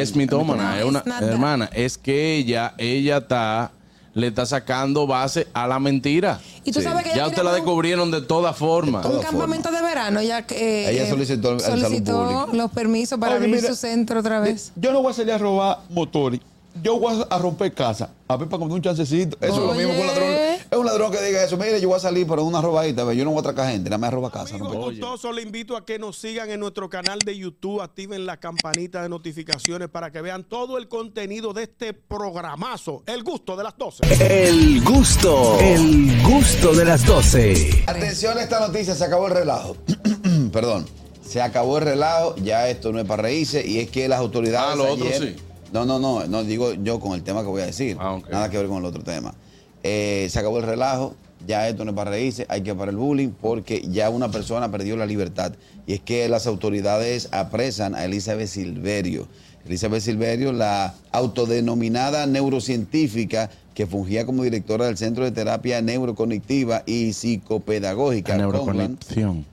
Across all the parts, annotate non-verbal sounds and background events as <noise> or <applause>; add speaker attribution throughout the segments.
Speaker 1: es mitómana, es una
Speaker 2: it's not that.
Speaker 1: hermana, es que ella, ella está, le está sacando base a la mentira.
Speaker 2: Y tú sabes que ella
Speaker 1: ya usted la
Speaker 2: tiene un-
Speaker 1: descubrieron de todas formas.
Speaker 2: Un
Speaker 3: todas
Speaker 2: campamento de verano, ya que eh,
Speaker 3: Ella
Speaker 2: eh,
Speaker 3: solicitó al- al
Speaker 2: solicitó
Speaker 3: Salud Pública.
Speaker 2: los permisos para
Speaker 4: Oye,
Speaker 2: abrir
Speaker 4: mira,
Speaker 2: su centro otra vez.
Speaker 4: Yo no voy a salir a robar motores. Yo voy a romper casa. A ver, para comer un chancecito.
Speaker 3: Eso es lo
Speaker 2: Oye.
Speaker 3: mismo que un ladrón. Es un ladrón que diga eso. Mire, yo voy a salir para una robadita. ve, Yo no voy a atracar gente. Nada más roba casa.
Speaker 5: Amigos
Speaker 3: no me-
Speaker 5: gustosos, le invito a que nos sigan en nuestro canal de YouTube, activen la campanita de notificaciones para que vean todo el contenido de este programazo, El Gusto de las 12.
Speaker 6: El gusto, el gusto de las 12.
Speaker 3: Atención a esta noticia. Se acabó el relajo. <clears throat> Perdón. Se acabó el relajo. Ya esto no es para reírse. Y es que las autoridades.
Speaker 1: Ah, lo otro
Speaker 3: ayer-
Speaker 1: sí.
Speaker 3: No, no, no. No digo yo con el tema que voy a decir.
Speaker 1: Ah, ok.
Speaker 3: Nada que ver con el otro tema. Eh, se acabó el relajo. Ya esto no es para reírse. Hay que parar el bullying porque ya una persona perdió la libertad. Y es que las autoridades apresan a Elizabeth Silverio. Elizabeth Silverio, la autodenominada neurocientífica que fungía como directora del Centro de Terapia Neuroconectiva y Psicopedagógica.
Speaker 1: Ah,
Speaker 3: Conlan,
Speaker 1: Neuroconexión.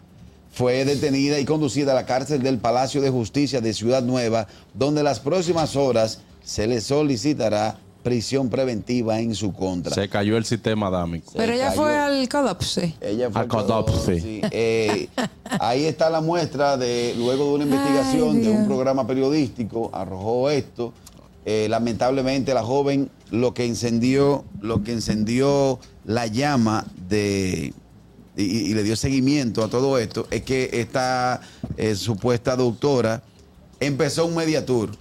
Speaker 3: fue detenida y conducida a la cárcel del Palacio de Justicia de Ciudad Nueva, donde las próximas horas se le solicitará prisión preventiva en su contra.
Speaker 1: Se cayó el sistema adámico.
Speaker 3: Se
Speaker 2: Pero ella
Speaker 3: cayó.
Speaker 2: fue al Codopse.
Speaker 3: Ella fue
Speaker 1: A Codopsi.
Speaker 3: sí, eh, ahí está la muestra de luego de una investigación
Speaker 2: Ay,
Speaker 3: de un
Speaker 2: Dios.
Speaker 3: programa periodístico arrojó esto. Eh, lamentablemente la joven lo que encendió lo que encendió la llama de y, y- y le dio seguimiento a todo esto es que esta eh, supuesta doctora empezó un media tour.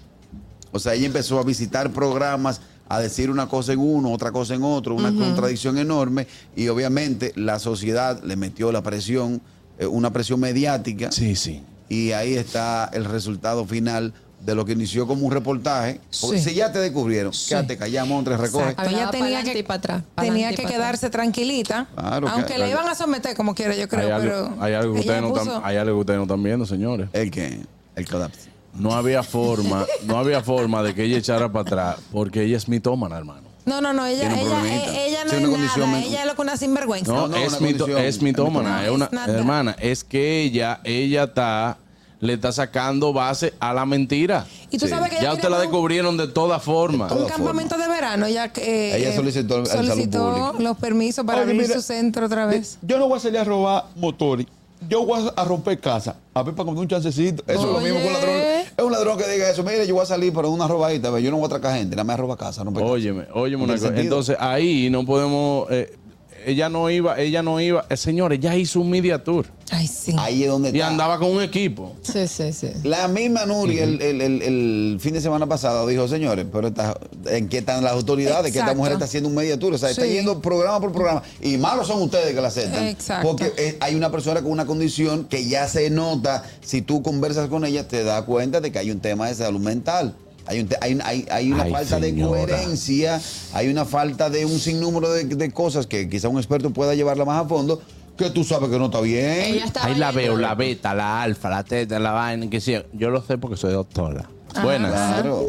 Speaker 3: O sea, ella empezó a visitar programas, a decir una cosa en uno, otra cosa en otro, una contradicción enorme. Y obviamente la sociedad le metió la presión, eh, una presión mediática.
Speaker 1: Sí, sí.
Speaker 3: Y ahí está el resultado final de lo que inició como un reportaje. Porque
Speaker 2: Sí.
Speaker 3: si ya te descubrieron,
Speaker 2: Sí.
Speaker 3: quédate callado, Montres, recoge.
Speaker 2: Exacto. Ella
Speaker 7: Hablaba
Speaker 2: tenía
Speaker 7: Ah, pa'lante
Speaker 2: que,
Speaker 7: y pa' atrás, pa'lante
Speaker 2: tenía
Speaker 7: y
Speaker 2: que
Speaker 7: pa'
Speaker 2: quedarse tranquilita.
Speaker 3: Claro que-
Speaker 2: aunque le iban a someter como quiera, yo creo.
Speaker 1: hay, algo,
Speaker 2: pero
Speaker 1: hay algo que
Speaker 2: ella
Speaker 1: ustedes no
Speaker 2: puso-
Speaker 1: están, hay algo que ustedes no están viendo, señores.
Speaker 3: El que, el colapso.
Speaker 1: No había forma, no había forma de que ella echara para atrás, porque ella es mitómana, hermano.
Speaker 2: No, no, no, ella,
Speaker 3: Tiene un
Speaker 2: ella,
Speaker 3: problemita.
Speaker 2: eh, ella no
Speaker 3: Tiene una
Speaker 2: es
Speaker 3: condición
Speaker 2: nada.
Speaker 3: men-
Speaker 2: Ella es lo que una sinvergüenza.
Speaker 1: No,
Speaker 3: No, no,
Speaker 1: es,
Speaker 3: una
Speaker 1: mito-
Speaker 3: condición.
Speaker 1: es mitómana,
Speaker 2: No,
Speaker 1: es una
Speaker 2: it's not that.
Speaker 1: hermana, es que ella, ella está, le está sacando base a la mentira.
Speaker 2: Y tú sabes que ella
Speaker 1: ya usted
Speaker 2: tiene
Speaker 1: la
Speaker 2: un-
Speaker 1: descubrieron de todas formas.
Speaker 2: Un
Speaker 3: todas
Speaker 2: campamento de verano, ya que eh,
Speaker 3: Ella
Speaker 2: eh,
Speaker 3: solicitó al- al Salud
Speaker 2: solicitó
Speaker 3: Pública.
Speaker 2: los permisos para
Speaker 4: Oye,
Speaker 2: abrir
Speaker 4: mira,
Speaker 2: su centro otra vez.
Speaker 4: Yo no voy a salir a robar motores. Yo voy a romper casa. A ver, para comer un chancecito.
Speaker 3: Eso es lo
Speaker 2: Oye.
Speaker 3: mismo que un ladrón. Es un ladrón que diga eso. Mire, yo voy a salir para una robadita. ve, Yo no voy a atracar gente. Nada más roba casa. rompe casa.
Speaker 1: Óyeme, óyeme
Speaker 3: ¿Tiene
Speaker 1: una cosa.
Speaker 3: sentido?
Speaker 1: Entonces ahí no podemos, eh, ella no iba, ella no iba, eh, señores, ya hizo un media tour
Speaker 2: Ay, sí.
Speaker 3: Ahí es donde
Speaker 1: y
Speaker 3: está.
Speaker 1: andaba con un equipo.
Speaker 7: Sí, sí, sí.
Speaker 3: La misma Nuri el, el- el- el fin de semana pasado dijo, señores, pero esta- ¿en qué están las autoridades? Que esta
Speaker 2: Exacto.
Speaker 3: mujer está haciendo un media tour, o sea, está
Speaker 2: Sí.
Speaker 3: yendo programa por programa. Y malos son ustedes que la aceptan.
Speaker 2: Exacto.
Speaker 3: Porque eh, hay una persona con una condición que ya se nota, si tú conversas con ella, te das cuenta de que hay un tema de salud mental. Hay, un te- hay, hay- hay una
Speaker 1: Ay,
Speaker 3: falta de
Speaker 1: señora.
Speaker 3: coherencia, hay una falta de un sinnúmero de, de cosas que quizá un experto pueda llevarla más a fondo, que tú sabes que no está bien.
Speaker 7: Ella estaba
Speaker 1: Ahí la
Speaker 7: yendo-
Speaker 1: veo, la beta, la alfa, la teta, la vaina, que sea. Yo lo sé porque soy doctora.
Speaker 2: Ah,
Speaker 1: Buenas.
Speaker 3: Claro.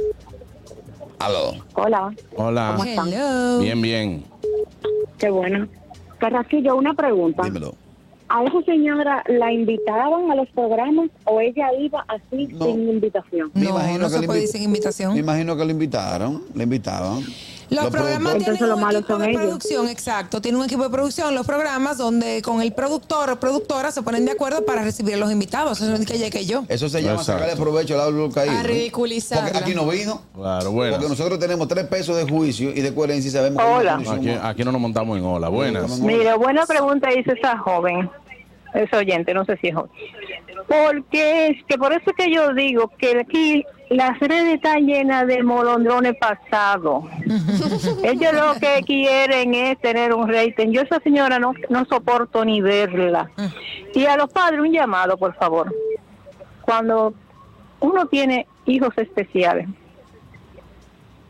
Speaker 3: Aló.
Speaker 8: Hola,
Speaker 1: Hola.
Speaker 2: Hello.
Speaker 1: Bien, bien.
Speaker 8: qué bueno. Carraquillo, una pregunta.
Speaker 3: Dímelo.
Speaker 8: ¿A esa señora la invitaban a los programas o ella iba así
Speaker 3: No.
Speaker 8: sin invitación?
Speaker 3: Me
Speaker 2: No,
Speaker 3: imagino
Speaker 2: no
Speaker 3: que
Speaker 2: se
Speaker 3: le
Speaker 2: puede
Speaker 3: invi-
Speaker 2: ir sin invitación.
Speaker 3: Me imagino que le invitaron, le invitaban.
Speaker 2: Los, programas
Speaker 3: productores-
Speaker 8: Entonces,
Speaker 2: tienen
Speaker 8: lo
Speaker 2: un
Speaker 8: malo
Speaker 2: equipo
Speaker 8: son
Speaker 2: de
Speaker 8: ellos.
Speaker 2: producción, exacto. Tienen un equipo de producción, los programas donde con el productor o productora se ponen de acuerdo para recibir a los invitados. Eso no es que ella que yo.
Speaker 9: Eh,
Speaker 3: Eso se llama
Speaker 1: Exacto.
Speaker 3: sacarle provecho al árbol caído.
Speaker 7: A ridiculizarla.
Speaker 3: Porque aquí no vino.
Speaker 1: Claro, buenas.
Speaker 3: Porque nosotros tenemos tres pesos de juicio y de coherencia y sabemos que
Speaker 8: Hola.
Speaker 3: hay una
Speaker 1: Aquí,
Speaker 3: condición más.
Speaker 1: aquí no nos montamos en ola. Buenas.
Speaker 8: Mira, buena pregunta hizo esa joven, esa oyente, no sé si es joven. Porque es que por eso que yo digo que aquí las redes están llenas de molondrones pasados. Ellos lo que quieren es tener un rating. Yo esa señora no, no soporto ni verla. Y a los padres un llamado, por favor. Cuando uno tiene hijos especiales,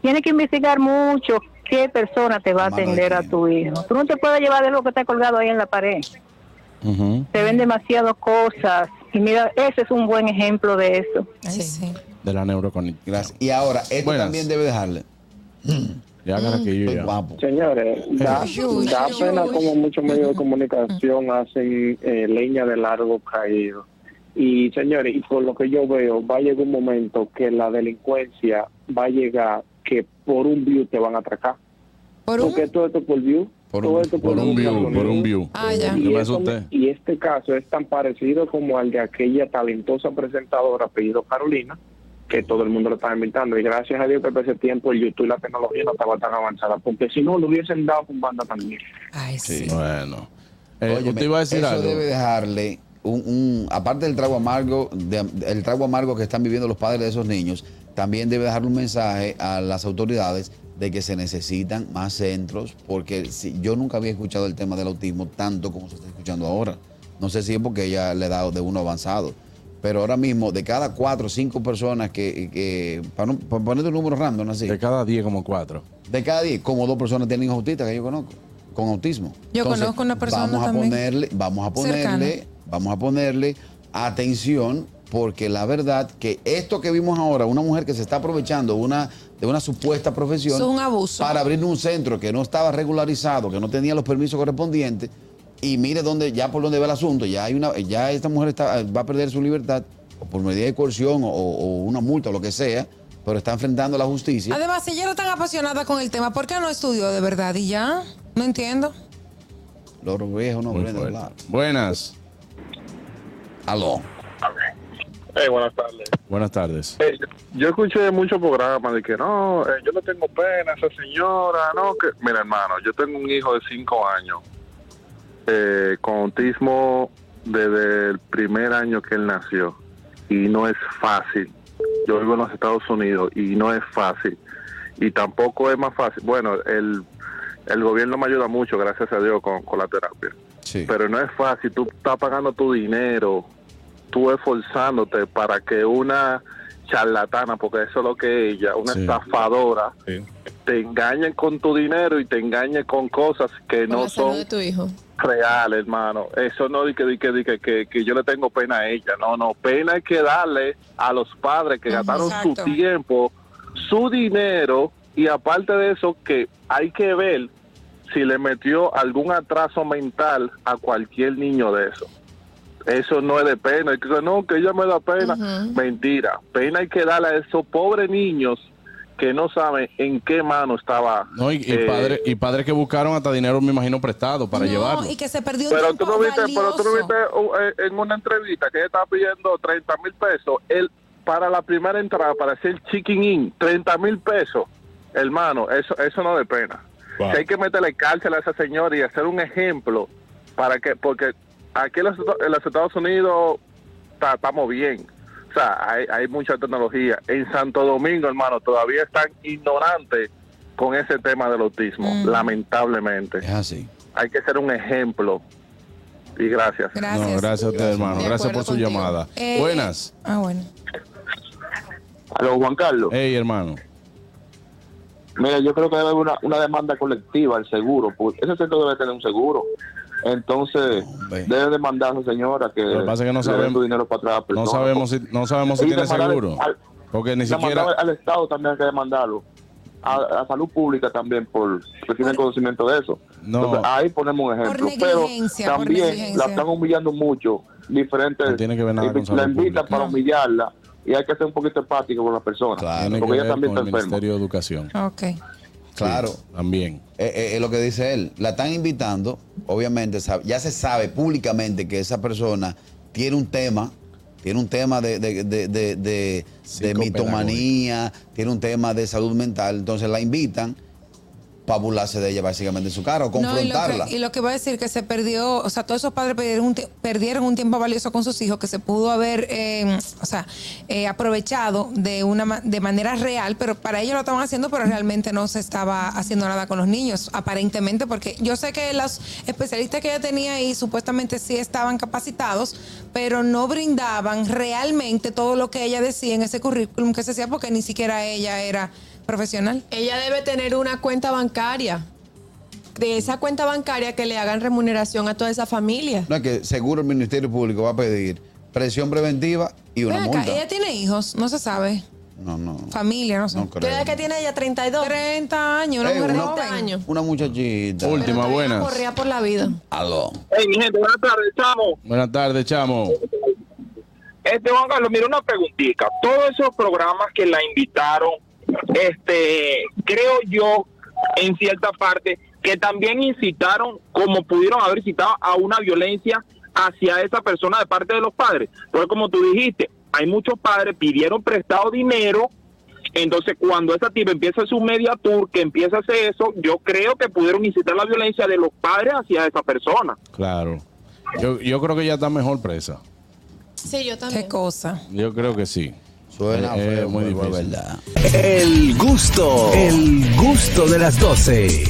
Speaker 8: tiene que investigar mucho qué persona te va a
Speaker 3: Mano de
Speaker 8: atender a
Speaker 3: quién.
Speaker 8: tu hijo. Tú no te puedes llevar de lo que está colgado ahí en la pared.
Speaker 1: Ujú.
Speaker 8: Te ven demasiadas cosas. Y mira, ese es un buen ejemplo de eso.
Speaker 2: Ay, sí.
Speaker 1: De la neuroconexión.
Speaker 3: Gracias. Y ahora, esto
Speaker 1: Buenas.
Speaker 3: también debe dejarle.
Speaker 1: Ya, Caraquillo,
Speaker 3: Estoy
Speaker 1: ya.
Speaker 3: guapo.
Speaker 9: Señores, da,
Speaker 2: Uy, uy,
Speaker 9: da
Speaker 2: uy.
Speaker 9: pena como muchos medios de comunicación hacen eh, leña de largo caído.
Speaker 7: Y señores, y por lo que yo veo, va a llegar un momento que la delincuencia va a llegar que por un view te van a atracar.
Speaker 2: Por un.
Speaker 7: Porque todo esto por view.
Speaker 1: Por
Speaker 7: todo
Speaker 1: un,
Speaker 7: esto
Speaker 1: por un view,
Speaker 7: gasolina.
Speaker 1: por un view.
Speaker 2: Ah, ya.
Speaker 1: Yo
Speaker 7: Y,
Speaker 1: me
Speaker 7: eso me-
Speaker 1: asusté.
Speaker 7: y este caso es tan parecido como al de aquella talentosa presentadora apellido Carolina, que todo el mundo lo estaba invitando. Y gracias a Dios que para ese tiempo el YouTube y la tecnología no estaba tan avanzada, porque si no lo hubiesen dado con banda también.
Speaker 2: Ay, sí.
Speaker 1: Bueno. Eh,
Speaker 3: Óyeme,
Speaker 1: usted iba a decir
Speaker 3: eso
Speaker 1: algo.
Speaker 3: debe dejarle un, un- aparte del trago amargo, de- el trago amargo que están viviendo los padres de esos niños, también debe dejarle un mensaje a las autoridades de que se necesitan más centros, porque si, yo nunca había escuchado el tema del autismo tanto como se está escuchando ahora. No sé si es porque ella le da de uno avanzado, pero ahora mismo de cada cuatro o cinco personas que, que- para, no- para ponerte un número random así,
Speaker 1: De cada 10 como 4.
Speaker 3: de cada 10, como dos personas tienen autistas que yo conozco, con autismo.
Speaker 2: Yo conozco una persona
Speaker 3: vamos a
Speaker 2: también
Speaker 3: Ponerle, vamos a ponerle,
Speaker 2: cercana.
Speaker 3: vamos a ponerle atención, porque la verdad que esto que vimos ahora, una mujer que se está aprovechando una, de una supuesta profesión
Speaker 2: Eso es un abuso.
Speaker 3: para abrir un centro que no estaba regularizado, que no tenía los permisos correspondientes, y mire dónde, ya por dónde va el asunto, ya hay una, ya esta mujer está, va a perder su libertad, o por medida de coerción, o, o una multa, o lo que sea, pero está enfrentando la justicia.
Speaker 2: Además, si ella era tan apasionada con el tema, ¿por qué no estudió de verdad y ya? No entiendo.
Speaker 3: Los viejos no
Speaker 1: Muy
Speaker 3: aprenden a
Speaker 1: fuerte.
Speaker 3: hablar.
Speaker 1: Buenas.
Speaker 3: Aló.
Speaker 7: Eh, buenas tardes.
Speaker 1: Buenas tardes.
Speaker 7: Eh, yo escuché muchos programas de que no, eh, yo no tengo pena, esa señora, no, que... Mira, hermano, yo tengo un hijo de cinco años eh, con autismo desde el primer año que él nació y no es fácil. Yo vivo en los Estados Unidos y no es fácil. Y tampoco es más fácil. Bueno, el, el gobierno me ayuda mucho, gracias a Dios, con, con la terapia.
Speaker 3: Sí.
Speaker 7: Pero no es fácil, tú estás pagando tu dinero, tú esforzándote para que una charlatana, porque eso es lo que es ella, una
Speaker 1: Sí.
Speaker 7: estafadora,
Speaker 1: Sí.
Speaker 7: te engañe con tu dinero y te engañe con cosas que
Speaker 9: Por
Speaker 7: no
Speaker 9: la salud de
Speaker 7: son
Speaker 9: tu hijo.
Speaker 7: reales, hermano. Eso no di que, di que, di que, que, que yo le tengo pena a ella, no, no, pena hay que darle a los padres que
Speaker 2: Ujú,
Speaker 7: gastaron
Speaker 2: exacto.
Speaker 7: su tiempo, su dinero y aparte de eso que hay que ver si le metió algún atraso mental a cualquier niño de eso. Eso no es de pena. Y que dice, no, que ella me da pena.
Speaker 9: Ujú.
Speaker 7: Mentira. Pena hay que darle a esos pobres niños que no saben en qué mano estaba.
Speaker 1: No, y, y
Speaker 7: eh,
Speaker 1: padre- y padres que buscaron hasta dinero, me imagino, prestado para
Speaker 2: No,
Speaker 1: llevarlo.
Speaker 2: Y que se perdió un
Speaker 7: Pero tú,
Speaker 2: tiempo
Speaker 7: no viste, pero tú no
Speaker 2: valioso.
Speaker 7: viste uh, eh, en una entrevista que ella estaba pidiendo 30 mil pesos. Él, para la primera entrada, para hacer chicken in, 30 mil pesos. Hermano, eso, eso no de pena.
Speaker 1: Wow.
Speaker 7: Si hay que meterle cárcel a esa señora y hacer un ejemplo para que, porque aquí en los, en los Estados Unidos ta- estamos bien. O sea, hay, hay mucha tecnología. En Santo Domingo, hermano, todavía están ignorantes con ese tema del autismo,
Speaker 2: Mm.
Speaker 7: lamentablemente
Speaker 3: Es así.
Speaker 7: hay que ser un ejemplo. Y gracias.
Speaker 2: Gracias.
Speaker 1: No, gracias a usted, hermano.
Speaker 9: De
Speaker 1: Gracias por
Speaker 9: acuerdo
Speaker 1: su
Speaker 9: contigo.
Speaker 1: llamada.
Speaker 2: Eh,
Speaker 1: Buenas.
Speaker 2: Ah, bueno.
Speaker 7: Aló, Juan Carlos.
Speaker 1: Hey, hermano.
Speaker 7: Mira, yo creo que debe haber una, una demanda colectiva al seguro. porque Ese centro debe tener un seguro. Entonces,
Speaker 3: Hombre.
Speaker 7: debe demandar a esa señora que,
Speaker 1: Lo que pasa es que no
Speaker 7: le dé
Speaker 1: sabemos-
Speaker 7: su dinero para atrás. a la
Speaker 1: No
Speaker 7: persona.
Speaker 1: sabemos si, no sabemos si
Speaker 7: Y
Speaker 1: tiene
Speaker 7: demandar
Speaker 1: seguro.
Speaker 7: al-
Speaker 1: Porque ni
Speaker 7: demandar
Speaker 1: siquiera.
Speaker 7: al Estado también hay que demandarlo. A, a salud pública también, por que tienen conocimiento de eso.
Speaker 1: No.
Speaker 7: Entonces, ahí ponemos un ejemplo. Pero
Speaker 2: negligencia, por
Speaker 7: también
Speaker 2: negligencia.
Speaker 7: la están humillando mucho. Diferentes.
Speaker 1: No tiene que ver nada con salud
Speaker 7: la invitan
Speaker 1: pública.
Speaker 7: para humillarla y hay que ser un poquito empático con la persona.
Speaker 3: Claro.
Speaker 1: Tiene que
Speaker 7: porque ella
Speaker 1: ver
Speaker 7: también
Speaker 1: con el
Speaker 7: está enferma.
Speaker 1: Ministerio de Educación.
Speaker 2: Ok.
Speaker 3: Claro.
Speaker 1: Sí, también.
Speaker 3: Eh, eh, eh, lo que dice él, la están invitando, obviamente, sa- ya se sabe públicamente que esa persona tiene un tema, tiene un tema de, de- de- de- de- de
Speaker 1: Psicopedagógico.
Speaker 3: mitomanía, tiene un tema de salud mental, entonces la invitan para burlarse de ella básicamente en su cara o
Speaker 2: No, y, lo
Speaker 3: confrontarla.
Speaker 2: que, y lo que va a decir que se perdió, o sea, todos esos padres perdieron un, tie- perdieron un tiempo valioso con sus hijos que se pudo haber, eh, o sea, eh, aprovechado de una ma- de manera real, pero para ellos lo estaban haciendo, pero realmente no se estaba haciendo nada con los niños, aparentemente, porque yo sé que los especialistas que ella tenía ahí supuestamente sí estaban capacitados, pero no brindaban realmente todo lo que ella decía en ese currículum que se hacía, porque ni siquiera ella era profesional.
Speaker 9: Ella debe tener una cuenta bancaria. De esa cuenta bancaria que le hagan remuneración a toda esa familia.
Speaker 3: No es que seguro el Ministerio Público va a pedir presión preventiva y una
Speaker 2: Ven acá,
Speaker 3: multa.
Speaker 2: ella tiene hijos, no se sabe.
Speaker 3: No, no.
Speaker 2: Familia, no sé.
Speaker 3: No
Speaker 9: ¿Qué
Speaker 3: creo.
Speaker 9: edad que tiene ella? 32.
Speaker 2: 30 años, una
Speaker 3: Eh,
Speaker 2: mujer
Speaker 3: una-
Speaker 2: joven.
Speaker 9: años.
Speaker 3: Una muchachita.
Speaker 1: Última.
Speaker 9: Pero todavía
Speaker 1: buenas.
Speaker 9: Corría por la vida.
Speaker 3: Aló.
Speaker 7: Hey, mi gente, buenas tardes, chamo.
Speaker 1: Buenas tardes, chamo.
Speaker 7: Este Juan Carlos, mira una preguntita. Todos esos programas que la invitaron, este, creo yo, en cierta parte, que también incitaron, como pudieron haber citado, a una violencia hacia esa persona de parte de los padres. Porque como tú dijiste, hay muchos padres pidieron prestado dinero. Entonces, cuando esa tipa empieza su media tour, que empieza a hacer eso, yo creo que pudieron incitar la violencia de los padres hacia esa persona.
Speaker 1: Claro. Yo, yo creo que ella está mejor presa.
Speaker 9: Sí, yo también.
Speaker 2: Qué cosa.
Speaker 1: Yo creo que sí.
Speaker 3: Suena
Speaker 1: Es- es
Speaker 3: feo,
Speaker 1: muy
Speaker 3: pero es
Speaker 1: difícil.
Speaker 3: verdad.
Speaker 6: El gusto, el gusto de las 12.